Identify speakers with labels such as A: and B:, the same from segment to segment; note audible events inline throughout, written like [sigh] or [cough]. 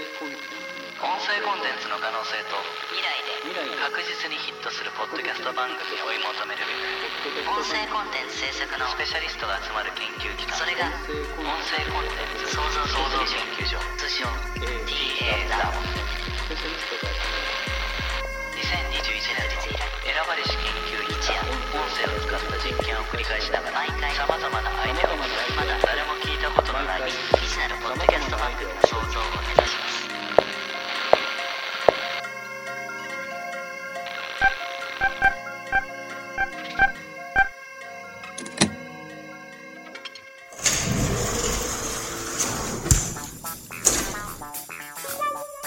A: 音声コンテンツの可能性と未来で確実にヒットするポッドキャスト番組を追い求める音声コンテンツ制作のスペシャリストが集まる研究機関それが音声コンテンツ創造創造研究所通称 TA ラボ2021年の選ばれし研究一夜音声を使った実験を繰り返しながら毎回さまざまなアイデアを持ちまだ誰も聞いたことのない未知なるポッドキャスト番組の創造を目指します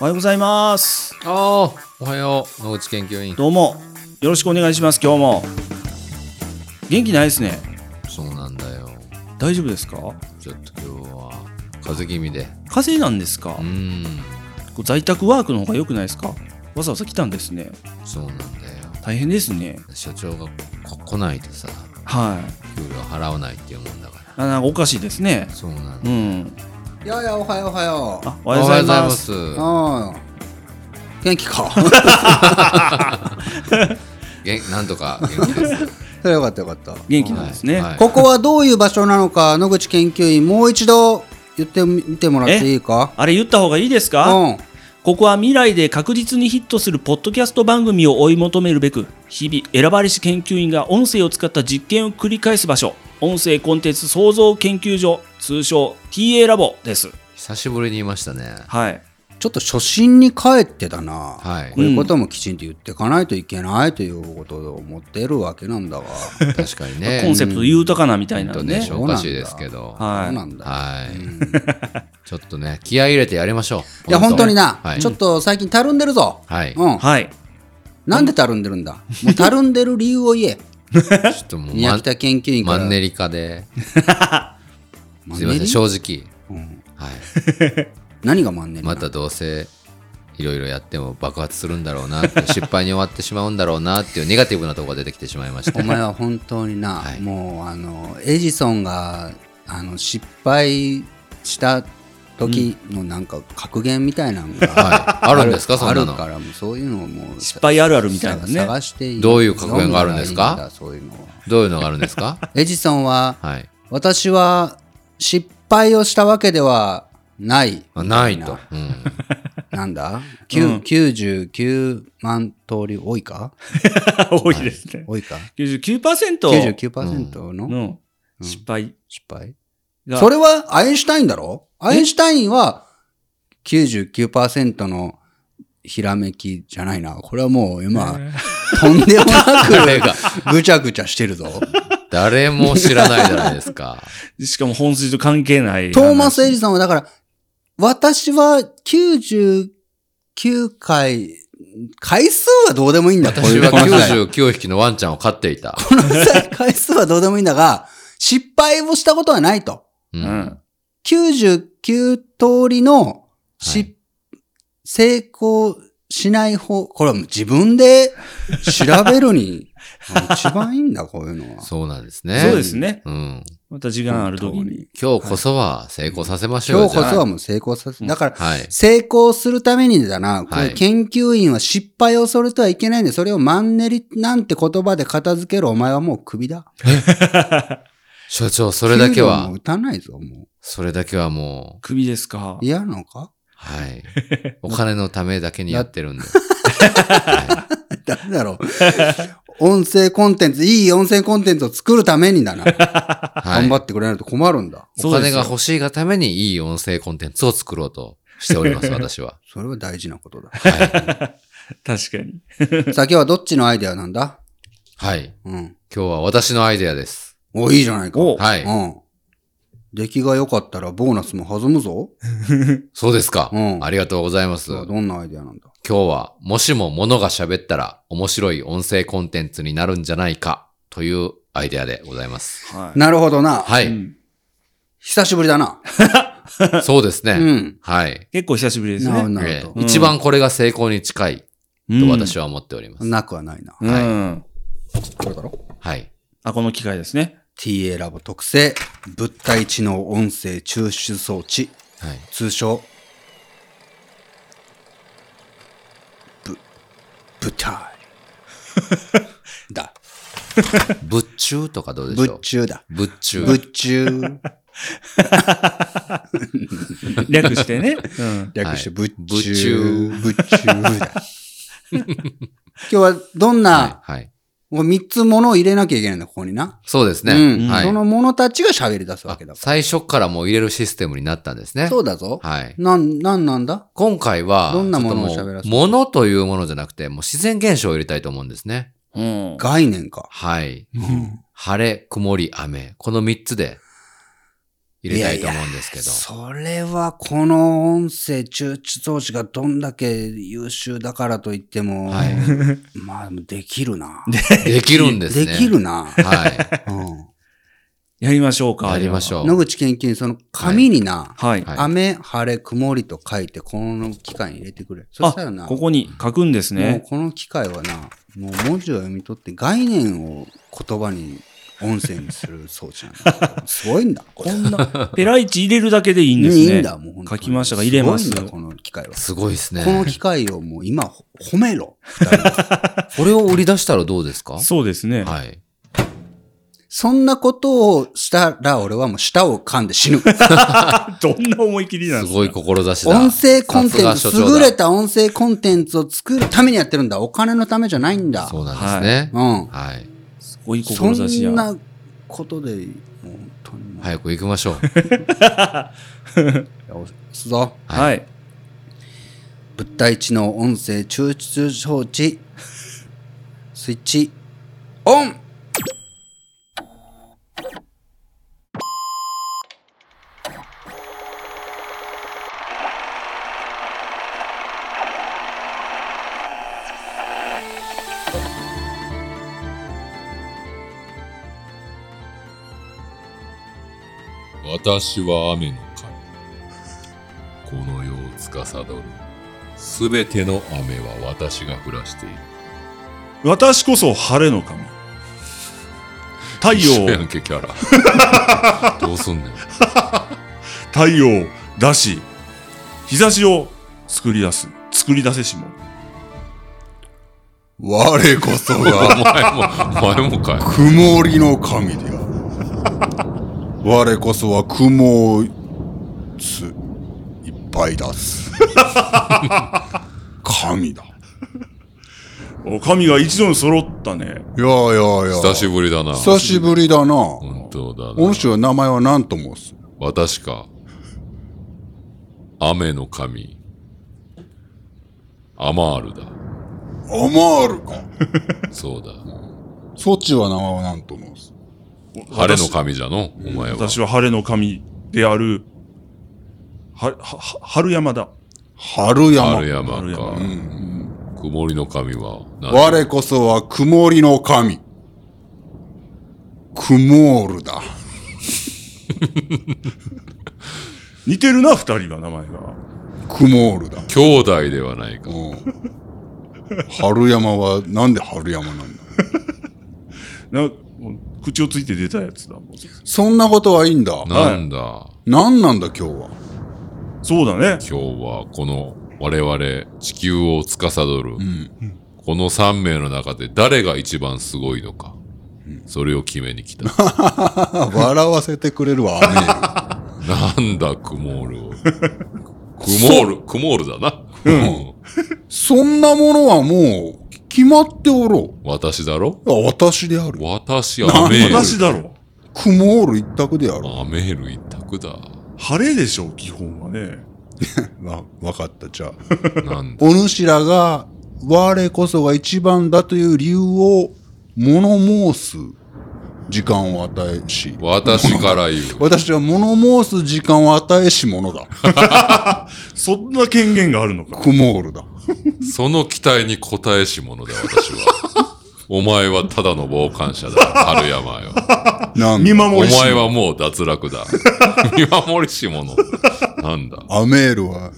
B: おはようございます。
C: ああ、おはよう、野口研究員。
B: どうもよろしくお願いします。今日も元気ないですね。
C: そうなんだよ。
B: 大丈夫ですか？
C: ちょっと今日は風邪気味で。
B: 風邪なんですか
C: う？ーん、
B: こう在宅ワークの方が良くないですか？わざわざ来たんですね。
C: そうなんだよ。
B: 大変ですね。
C: 社長がこ来ないとさ、
B: はい。
C: 給料払わないっていうもんだから。
B: あなんかおかしいですね。
C: そうなん
B: う
C: だ。
B: ん。
D: いやいや、おはよう、おはよう。
B: あおはようございます。
C: おはようございま
D: うん。元気か。
C: す。げんなんとか元気です。
D: そ [laughs] れよかったよかった。
B: [laughs] 元気なんですね。
C: はいはい
D: ここはどういう場所なのか、野口研究員、もう一度言ってみてもらっていいか。
B: あれ言った方がいいです
D: う
B: か？
D: ん。
B: ここは未来で確実にヒットするポッドキャスト番組を追い求めるべく日々選ばれし研究員が音声を使った実験を繰り返す場所音声コンテンツ創造研究所通称 TA ラボです
C: 久しぶりに言いましたね。
B: はい
D: ちょっと初心に帰ってだな。
C: はい
D: こういうこともきちんと言っていかないといけないということを思っているわけなんだが。そ
C: 確かにね。
B: コンセプト豊かなみたい
C: うん
B: な
C: と
B: ん
C: ね、
B: で、
C: しょうかしいですけど。は
D: う
B: は
D: なんだ。
C: い。 [laughs] ちょっとね、気合い入れてやりましょう。
D: いや、本当にな、
C: はい
D: ちょっと最近たるんでるぞ。
C: はい。ち
D: う
C: ょ
B: い
D: ん。
B: はい
D: なんでたるんでるんだ。もうたるんでる理由を言え。
C: っともう、
D: 宮
C: ま
D: 北研究員か
C: マ
D: ら。
C: ンネリ化で。
D: マン
C: す
D: ネ
C: い
D: リ
C: ません、正
D: うん
C: 直。はい。
D: 何がマンネリ
C: ま
D: なの
C: たどうせいろいろやっても爆発するんだろうなって [laughs] 失敗に終わってしまうんだろうなっていうネガティブなところが出てきてしまいました
D: お前は本当にな、
C: [laughs] はい
D: もうあのエジソンがあの失敗した時のなんか格言みたいなのが、
C: はいあるんですかそんなの
D: あるからもうそういうのをもう
B: 失敗あるあるみたいな
D: さ
B: ね
D: 探していい
C: どういう格言があるんですか
D: 読だそういうのは
C: どういうのがあるんですか
D: エジソンは
C: はい
D: 私は失敗をしたわけではない
C: あないと、うん、 [laughs]
D: なんだ、9 99万通り多いか
B: [laughs] 多いですね
D: 多いか
B: 99%
D: 99%の
B: の失敗
D: 失敗
B: が、
D: それはアインシュタインだろアインシュタインは99%のひらめきじゃないな。これはもう今、とんでも
C: 誰
D: な
C: が [laughs]
D: くぐちゃぐちゃしてるぞ。
C: 誰も知らないじゃないですか
B: [laughs]
D: [laughs]
B: しかも本筋と関係ない
D: トーマス・エジソンはだから、私は99回、回数はどうでもいいんだ。
C: 私は
D: こういう話
C: 99匹のワンちゃんを飼っていた、
D: この際 [laughs] 回数はどうでもいいんだが、失敗をしたことはないと。
C: う
B: うんん、
D: 99通りのし、
C: はい
D: 成功しない方、これはもう自分で調べ
C: [laughs]
D: るにあの一番いいんだ、こういうのは。
C: そうなんですね
B: そうですね
C: うん、
B: また時間ある時
D: 本当
B: に
C: 今日こそは成功させましょう
D: 今日こ
C: じゃあ
D: そはもう成功させ、だから、
C: はい
D: 成功するためにだな、こ
C: は
D: れ
C: い
D: 研究員は失敗を恐れてはいけないんで、それをマンネリなんて言葉で片付けるお前はもうクビだ。
C: 所長それだけ
D: 給料
C: は
D: も打たないぞ、もう。
C: それだけはもう
B: 首ですか
D: 嫌なのか [laughs]
C: はいお金のためだけにやってるんで、は
D: ダメだろう。音声コンテンツ、いい音声コンテンツを作るためにだな。
C: いはい、
D: 頑張ってくれないと困るんだ。
C: お金が欲しいがためにいい音声コンテンツを作ろうとしており
D: [laughs]
C: ます、私は。
D: それは大事なことだ。 [laughs]
B: 確かに
D: さあ今日はどっちのアイデアなんだ
C: はい。
D: うん。
C: 今日は私のアイデアです。
D: お、いいじゃないか。
B: お
C: はい。
D: うん。出来が良かったらボーナスも弾むぞ。
C: そうですか、
D: うん
C: ありがとうございます。
D: さあ
C: 今
D: どんなアイデアなんだ
C: 日は、もしも物が喋ったら面白い音声コンテンツになるんじゃないかというアイデアでございます。
B: はい
D: なるほどな。
C: はい。
B: うん
D: 久しぶりだな。
C: そうですね。
D: うん。
C: はい、
B: 結構久しぶりです
D: なるほど
B: ね
D: な
C: え
D: るほ
C: ー一番これが成功に近いと私は思っております。
D: ど。なくはないな。
B: うんうん
D: これだろ
C: はい。
B: あこの機会ですね
D: ?TA ラボ特製物体知能音声抽出装置。
C: はい。
D: 通称
C: [laughs]
D: だ。
C: 仏中とかどうでし
D: 仏
C: ょう
D: 中だ。
C: 仏中。
D: 仏中。
E: 略してね。うん。
D: [laughs] 略して
C: はい
D: 仏中。仏中
C: [laughs]
D: だ。今日はどんな、
C: はい。はい。
D: もう3つものを入れなきゃいけないんだ、ここにな。
C: そうですね。
D: うん。
C: はい
D: そ。のものたちが喋り出すわけだ
C: あ。最初からもう入れるシステムになったんですね。
D: そうだぞ。
C: はい。
D: なん、なんなんだ
C: 今回は、
D: どんなものを
C: ちょっと
D: 喋ら
C: う
D: せて
C: 物というものじゃなくて、もう自然現象を入れたいと思うんですね。
E: うん。
D: 概念か。
C: はい。晴れ、曇り、雨。この3つで入れたいと思うんですけど。
D: それはこの音声中聴師がどんだけ優秀だからといっても、
C: はい
D: まあできるな。
C: できるんですね。
D: できる
C: は
D: な。
C: [laughs]
D: う
E: やりましょうか。
C: やりましょ
D: ん、野口研究員、その紙にな、
E: はい。
C: はい
D: 雨、晴れ、曇りと書いて、この機械に入れてくれ。そしたら
E: あ
D: な、、
E: ここに書くんです
D: もう
E: ね。
D: この機械はな、もう文字を読み取って概念を言葉に音声にする装置なんだ。すごいんだ。
E: [laughs] こんな、ペライチ入れるだけでいいんですね。
D: いいんだ、もう本当に
E: 書きましたが入れま
D: す
E: す
D: ごいんだ、この機械は。
C: い。すごいです
D: この
C: ね。
D: 機会をもう今ほ褒めろ。二人は [laughs]
C: これを売り出したらどうですか
E: そうですね。
C: はい。
D: そんなことをしたら俺はもう舌を噛んで死ぬ。
E: どんな思い切りなん
C: す
E: ですか
C: ごい志だ。
D: 音声コンテン
C: さす
D: ツ、
C: が所長
D: 優
C: だ
D: れた音声コンテンツを作るためにやってるんだ。お金のためじゃないんだ。
C: そうなんですね。
D: うん。
C: はい。
E: すごい
D: そ
E: 志や。
D: んなことで、もう本当にもう。
C: 早く行きましょう。
D: よしぞ。
E: はい。
D: 物体知能音声抽出装置。スイッチ、オン
F: [laughs] 私は雨の神。この世を司る。すべての雨は私が降らしている。
E: 私こそ晴れの神。太
F: 一緒
E: 陽
F: や
E: を、
F: んけ、キャラ。どうすんねん。
E: 太陽を出し、日差しを作り出す、作り出せしも。
G: 我こそ
F: お
G: が
F: 前も、お前もかい。
G: 曇りの神
F: [laughs]
G: である。我こそは雲をついっぱい出
F: [laughs]
G: す。神だ。
E: お神が一度に揃ったね。
G: いやいやいや。
F: 久しぶりだな。
G: 久しぶりだな。
F: 本当だ
G: お
F: な。
G: 主は名前は何と申す
F: 私か。雨の神。アマールだ。
G: アマールか。
F: そうだ。
G: そちは名前は何と申す
F: 晴れの神じゃの、お前は。
E: 私は晴れの神である、は、は、は春山だ。
G: 春山。
F: 春山
E: 春
F: か
E: 山。
F: 曇りの神は何
G: 我こそは曇りの神。曇るだ。
E: 似てるな、二人が名前が。
G: 曇るだ。
F: 兄弟ではないか。
G: うん春山は、なんで春山なんだ
E: な、口をついて出たやつだ。もう
G: そんなことはいいんだ。
F: なんだ、
G: なんなんだ今日は。
E: そうだね。
F: 今日はこの我々地球を司る、この3名の中で誰が一番すごいのか、それを決め
D: [laughs]
F: に来た。
G: あ [laughs] 笑わせてくれるわ、
F: なんだクモ
D: [laughs]
F: ールを。クモール、クモールだな。うん
G: 雨。 [laughs] そんなものはもう、決まっておろ
F: 私だろ
G: う。あ私である。
F: 私、アメー
E: 私
F: ル。
E: だろ。
G: 曇る一択である。
F: アメール一択だ。
E: 晴れでしょう、基本はね。
G: わ、わかった、じゃあ。 [laughs]
F: なんだ
G: お主らが、我こそが一番だという理由を、物申す時間を与えし。
F: 私から言う。
G: 私は物申す時間を与えし者だ。
E: そんな権限があるのか。
G: 曇るだ。
F: その期待に応えし者だ、私は。お前はただの傍観者だ、春山よ。
G: なんだ
E: 見守
F: お
E: りし
F: 前はもう脱落だ。見守りし者。なんだ。
G: アメールは、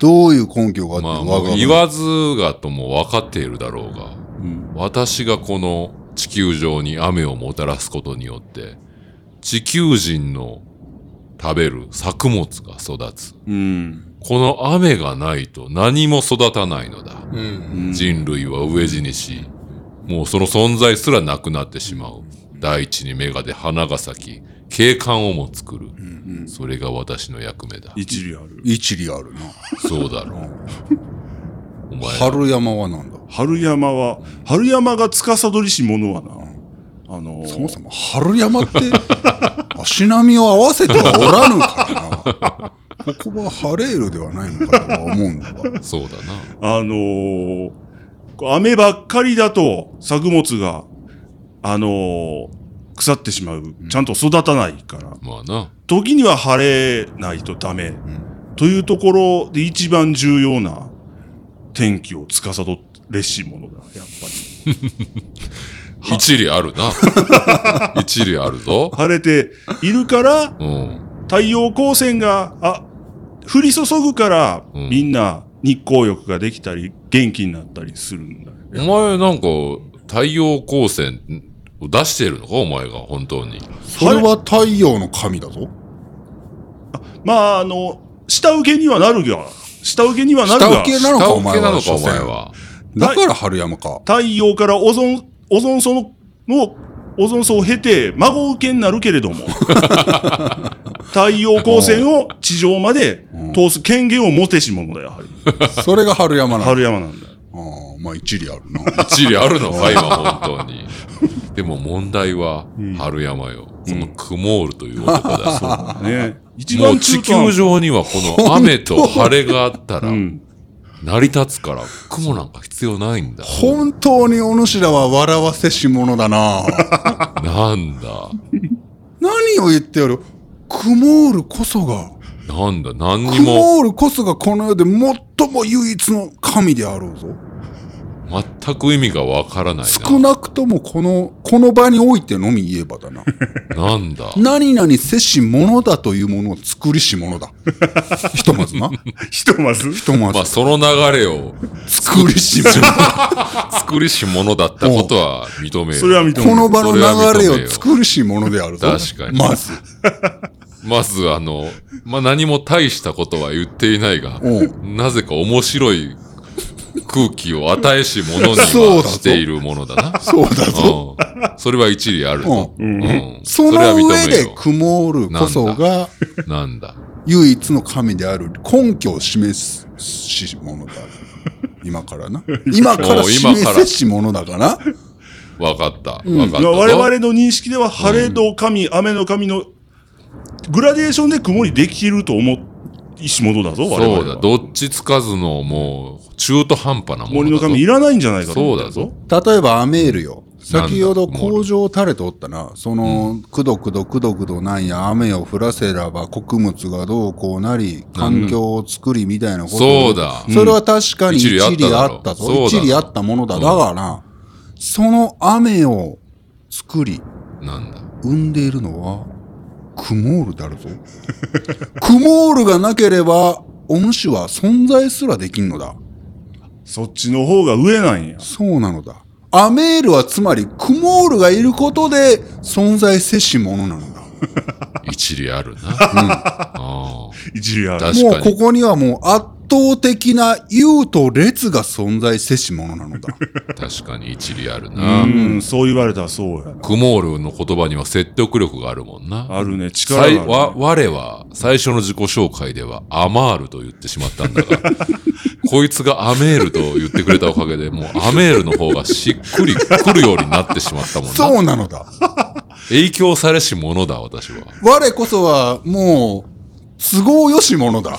G: どういう根拠があって、
F: まあ、
G: 我
F: も
G: が
F: う
G: 身
F: 言わずがとも分かっているだろうが、
E: ん
F: 私がこの地球上に雨をもたらすことによって、地球人の食べる作物が育つ。
E: うん。
F: この雨がないと何も育たないのだ。
G: うん。
F: 人類は飢え死にし、もうその存在すらなくなってしまう。大地に芽が出花が咲き、景観をも作る。それが私の役目だ。
E: 一理ある。一理あるな。
F: そうだ [laughs] ろう。お前ら、
G: 春山はなんだ
E: 春山は、春山が司りし者はな、あのー、
G: そもそも春山
F: [laughs]
G: って、足並みを合わせてはおらぬからな。ここはハレールではないのかとは思うのだ。
F: そうだな。
E: あのー、雨ばっかりだと作物が、あのー、腐ってしまう。ちゃんと育たないから。
F: まあな。
E: 時には晴れないとダメ。というところで一番重要な天気を司れし者だ、やっぱり。
F: 一理あるな。 [laughs] 一理あるぞ。
E: 晴れているから、
F: うん。
E: 太陽光線が、あ、降り注ぐから、
F: うん
E: みんな日光浴ができたり、元気になったりするんだよ。
F: お前なんか、太陽光線を出してるのかお前が、本当に。
G: それは太陽の神だぞ。
E: まあ、あの、下請けにはなるが、下請けにはなる
G: 下
E: が、
G: 請けなの
F: 下
G: かお
F: 請け
G: 前
F: な
G: は。
F: のかお
G: 所
F: 前
G: 詮
F: は。
G: だから春山か。
E: 太陽からオゾン、オゾン層の、のオゾン層を経て、孫受けになるけれども、太陽光線を地上まで通す権限を持てし者だよ、やはり。
G: それが春山なんだ。
E: 春山なんだよ。
G: ああまあ一理あるな。
F: 一理あるのか、今、本当に。でも問題は、春山よ。そのクモールという男だ。
E: ね。一
F: [laughs] もう
E: 番
F: 地
E: 中
F: 球
E: 途半
F: 上にはこの雨と晴れがあったら
E: う、ん。
F: 成り立つから、雲なんか必要ないんだ。
G: 本当にお主らは笑わせし者だな。
F: なんだ。
G: 何を言っておるクモールこそが、
F: なんだ、何
G: ク
F: にも、
G: モールこそがこの世で最も唯一の神であろうぞ。
F: 全く意味がわからない
G: 少なくともこの、この場においてのみ言えば
F: [laughs]
G: だな。
F: な。なんだ。
G: 何々せし者だというものを作りし者だ。ひとまずな。
E: ひとまず
G: ひとま
F: まあ、
G: ず、
F: その流れを、
G: 作りし者
F: [laughs] 作りし者だったことは認める。
E: それは認め
G: こ
E: る。
G: の場の流れを作りし者であるぞ。
F: 確かに
G: まず。
F: まず、あの、まあ、何も大したことは言っていないが、
G: おう
F: なぜか面白い空気を与えし者には
G: そうだぞ
F: しているものだな。
G: そうだぞ。
F: うん。それは一理あるぞ。うん。
G: そ
F: れは
G: の上
F: 認め
G: で
F: よ
G: クモールこそが
F: う。なんだ。
G: 唯一の神である根拠を示すし者だ。今からな。今から
F: おう今
G: 示
F: から
G: せし者だからな。
F: わかった。わかったぞ。
E: 我々の認識では、晴れの神、雨の神のグラデーションで曇りできると思うしものだぞ、我々は。
F: そうだ。どっちつかずの、もう、中途半端なも
E: 森の
F: のだぞ。
E: 神いらないんじゃないかと思
F: そ
E: っ
F: う
E: て
F: だ
E: る
F: ぞ。。
G: 例えばアメールよ。先ほど
F: なんだ
G: 工場を垂れておったな。その、くどくどくどくどなんや、雨を降らせれば穀物がどうこうなり、環境を作りみたいなこと
F: そうだ
G: それは確かに
F: 一
G: 一
F: 理あ
G: 理あっ
F: った
G: た
F: だろ
G: と。
F: うそう
G: 一
F: だ
G: 理あったものだ。だがな、その雨を作り、
F: なんだ。
G: 生んでいるのは、クモールであるぞ。 [laughs] クモールがなければ、お主は存在すらできんのだ。
E: そっちの方が上なんや。
G: そうなのだ。アメールはつまりクモールがいることで存在せし者なのだ。
F: 一理あるな。うん。ああ。
E: 一理ある。
F: 確
G: も
F: か
G: う
F: に。
G: ここにはもう圧倒的な優と劣が存在せし者なの
F: [laughs]
G: だ。
F: 確かに一理ある
E: う
F: な。
E: ん、そう言われたらそうやな。
F: クモールの言葉には説得力があるもんな。
E: あるね、力があ
F: さい
E: るね
F: わ我は最初の自己紹介ではアマールと言ってしまったんだ
E: [laughs]
F: が、こいつがアメールと言ってくれたおかげで、もうアメールの方がしっくりくるようになってしまったもん
G: そ
F: な。
G: うなのだ。
F: 影響されし者だ、私は。
G: 我こそはもう都合よし者
F: [laughs]
G: だ。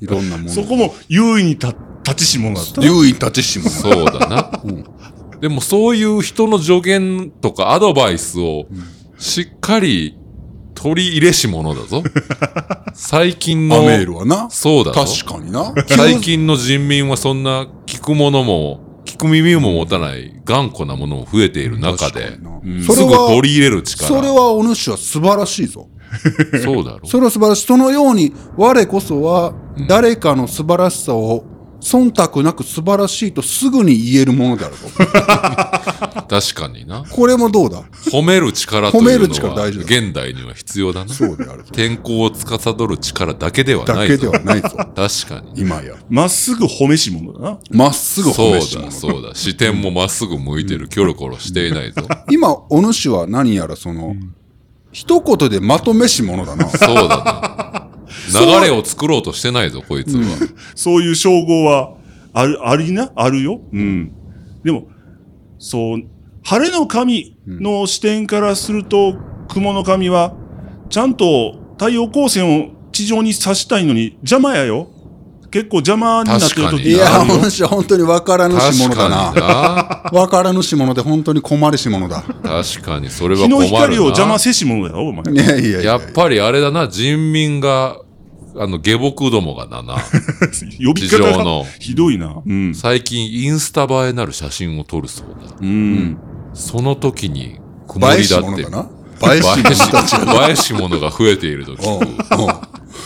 G: いろんなもの。
E: そこも優位に立立ちし者だった。
G: 優位立ちし者。
F: そうだな。でもそういう人の助言とかアドバイスをしっかり取り入れし者だ
G: [laughs]
F: ぞ。最近の
G: ア、メールはな。
F: そうだぞ。
G: 確かにな。
F: 最近の人民はそんな聞くものも、聞く耳も持たない頑固なものも増えている中で
G: 確、か
F: う
G: に
F: ん
G: な
F: す
G: それ
F: ぐ取
G: は、
F: り入れる力。
G: それはお主は素晴らしいぞ。
F: そうだろ。
G: それは素晴らしい。そのように、我こそは、誰かの素晴らしさを忖度なく素晴らしいとすぐに言えるものであると。
F: [laughs] 確かにな。
G: これもどうだ
F: 褒める力という
G: 褒める
F: の
G: 力
F: は、
G: 大事だ
F: 現代には必要だな。
G: そうであると。
F: 天候を司る力だけではな
G: だ
F: い
G: け
F: ぞ。
G: ではないぞ。
F: 確かに。
G: 今や。
E: まっすぐ褒めしものだな。
G: まっすぐ褒
F: そう
G: めし者
F: だ、そうだ。視点もまっすぐ向いてる。キョロキョロしていないぞ。
G: 今、お主は何やらその、一言でまとめし者だ
F: [laughs]
G: な。
F: そうだ
G: [laughs]
F: な。流れを作ろうとしてないぞ、こいつは。
E: そういう称号は、ある、ありな、あるよ。うん。でも、そう、晴れの神の視点からすると、雲の神は、ちゃんと太陽光線を地上に差したいのに邪魔やよ。結構邪魔になってる
F: 確か
E: 時
F: に
G: いや、
E: があるよ
G: お主は本当に分からぬし者
F: 確
G: だ
F: かに
G: な。
F: な。
G: 分からぬし者で本当に困りし者だ。
F: 確かに、それは
E: 日
F: 困る
E: の
F: な。
E: 光を邪魔せし者だよ、お前。
G: いやいやいや。
F: やっぱりあれだな、人民が、あの、下僕どもが
G: [laughs]
F: だな。
E: 呼び方
F: 地上
E: が
F: の
E: ひどいな。うん。
F: 最近インスタ映えなる写真を撮るそうだ。
E: うん。
F: その時に、曇
G: 映え
F: りだ
G: し
F: って。
G: 者だな。映えし者たちが。
F: 映えし者が増えていると
G: [laughs] おう
F: 聞く。
G: おう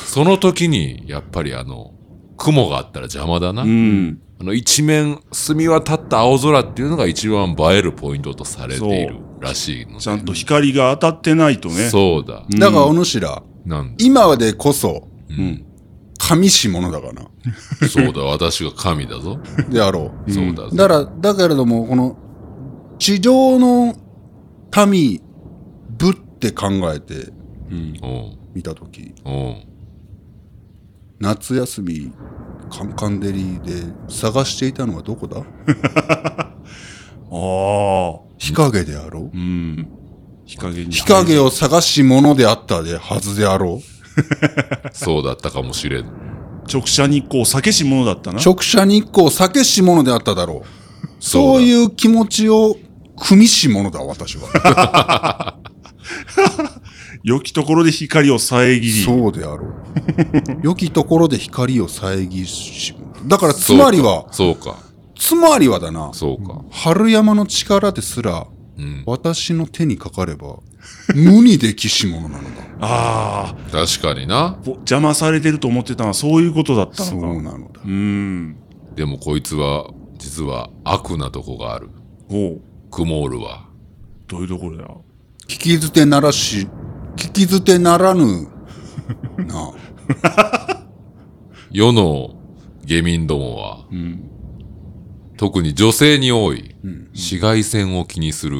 F: その時に、やっぱりあの、雲があったら邪魔だな。
E: うん。
F: あの、一面、澄み渡った青空っていうのが一番映えるポイントとされているらしいのね。
E: ちゃんと光が当たってないとね。
F: そうだ。
E: うん
G: だからお主ら、
F: なんだ。
G: 今でこそ、
F: うん。
G: 神し者だからな。
F: そうだ、私が神だぞ。
G: であろ [laughs] う。
F: そうだぞ。
G: だから、だけれども、この、地上の民、ぶって考えて
F: うん。
G: みたとき、
F: うん。
G: 夏休み、カンカンデリーで探していたのはどこだ
E: ああ。
G: 日陰であろう
E: うん。日陰に。
G: 日陰を探し者であったではずであろう
F: そうだったかもしれん。
E: 直射日光を避けし者だったな。
G: 直射日光を避けし者であっただろう
F: そ
G: そ
F: うだ
G: ういう気持ちを組みし者だ私は
E: 良きところで光を遮り。
G: そうであ [laughs] ろう良きところで光を遮し者だからつまりは
F: そうか。
G: つまりはだな
F: そうか。
G: 春山の力ですら
F: うん。
G: 私の手にかかれ [laughs] ば無にできし者なのだ
E: ああ、
F: 確かにな。
E: ぼ邪魔されてると思ってたのはそういうことだった
G: そ
E: のか。
G: う
E: う
G: なのだ
E: ーん。
F: でもこいつは、実は悪なとこがある。
E: おう。
F: クモールは。
E: どういうところだよ。
G: 聞き捨てならし聞き捨てならぬなあ
F: 世の下民どもは、特に女性に多い、紫外線を気にする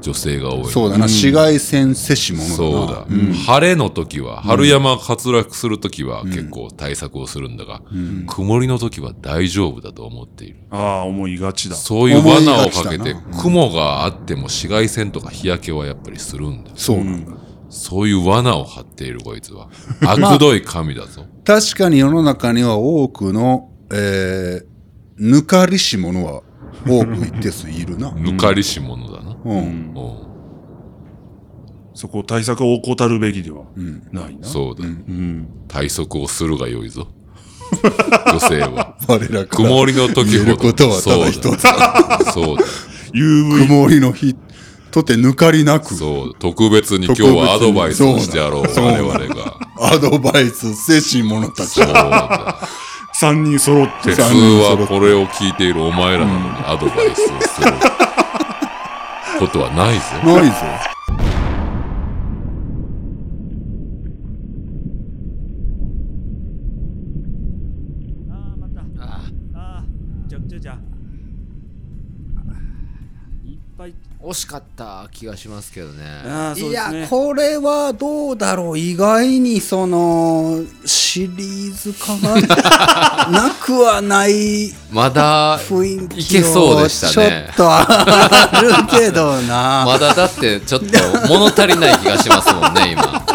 F: 女性が多い。
G: [laughs] そうだな、紫外線摂し者だな。
F: そうだ。晴れの時は、春山が滑落する時は結構対策をするんだが、曇りの時は大丈夫だと思っている。
E: ああ、思いがちだ。
F: そういう罠をか
G: 思
F: け
G: い
F: て
G: がちだな、
F: 雲があっても紫外線とか日焼けはやっぱりするんだ。
G: そうなんだ。
F: そういう罠を張っているこい
G: [laughs]
F: つは。悪どい神だぞ。
G: 確かに世の中には多くの、えー、ぬかりし者は多く一定数いるな。
F: ぬかりし者だな。
G: う。
E: うんん
F: うん。
E: そこ対策を怠るべきでは
G: うん。
E: ないな。
F: そうだ。
E: うん。
F: 対策をするが良いぞ。女性は。
G: 我らから
F: 曇りの
G: [laughs]
F: 時
G: 言え
F: ほど
G: ることはただ一つだ。
F: そうだ。
E: UV。
G: 曇りの日、とてぬかりなく、
F: そう。特別に今日はアドバイスをしてやろう。
G: そう
F: 我
G: だ
F: 々が。
G: アドバイス摂し者たち
F: そう。だ。
E: 3人揃って
F: 普通。はこれを聞いているお前らなのにアドバイスをすることはないぞ。
G: ないぞ。
B: ああ、また。ああ、じゃくじゃくじゃく。いっぱい。
C: 惜しかった気がしますけどね。
B: ああ、そう
D: い
B: ですね。
D: や、これはどうだろう。意外にその、シリーズ化が
C: [laughs]
D: なくはない
C: まだ、
D: 雰囲気を
C: いけそうでしたね
D: ちょっとあるけどな。
C: [laughs] まだだってちょっと物足りない気がしますもんね、今。
D: [laughs]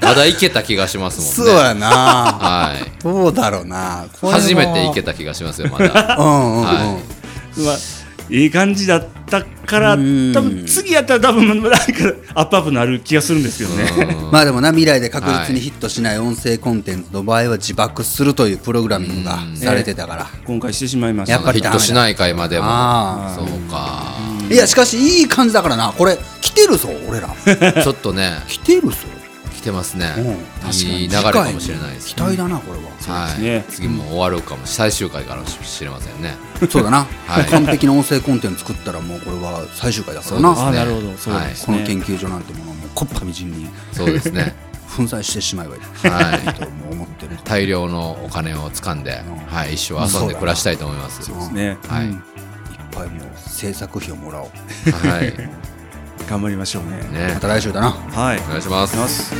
C: まだいけた気がします
D: そ
C: も
D: うん
C: ね。
D: やな。
C: はい。
D: どうだろうな。これは
C: 初めていけた気がしますよ、まだ。
D: うんうんうん。
C: は
B: まあ、いい感じだったから、多
D: うん
B: 分次やったら多分なんかアップアップなる気がするんですけどね。
D: まあでもな未来で確実にヒットしない音声コンテンツの場合は自爆するというプログラミングがされてたから、
B: 今回してしまいました。
D: やっぱり
C: ヒットしない回までも。
D: あ
C: そうか。
D: いやしかしいい感じだからなこれ来てるぞ俺ら
C: ちょっとね、
D: 来てるぞ
C: 来てますね
D: うん。
C: いい流れかもしれないです
D: 期。待だな、これは。
C: はい、
B: ね
C: 次も終わるかも最終回かもしれませんね。
D: そうだな。
C: はい
D: 完璧な音声コンテンツ作ったらもうこれは最終回だからな。
C: そう
B: あ
C: で
B: な
C: すね
B: るほどそうです
D: この
B: ね、
D: 研究所なんてものをもうこっぱみじんに
C: そうですね。
D: 粉砕してしま
C: [laughs]
D: えばいい。
C: はい
D: いいともう思ってる。
C: 大量のお金を掴んで、はい、一生遊んで暮らしたいと思います。
D: うんいっ
B: ね
C: はい、
D: ぱいもう制作費をもらおう。
C: はい、
B: 頑張りましょうね
C: ね
D: ま、た来週だな。
B: はい
C: お願いします。
B: ます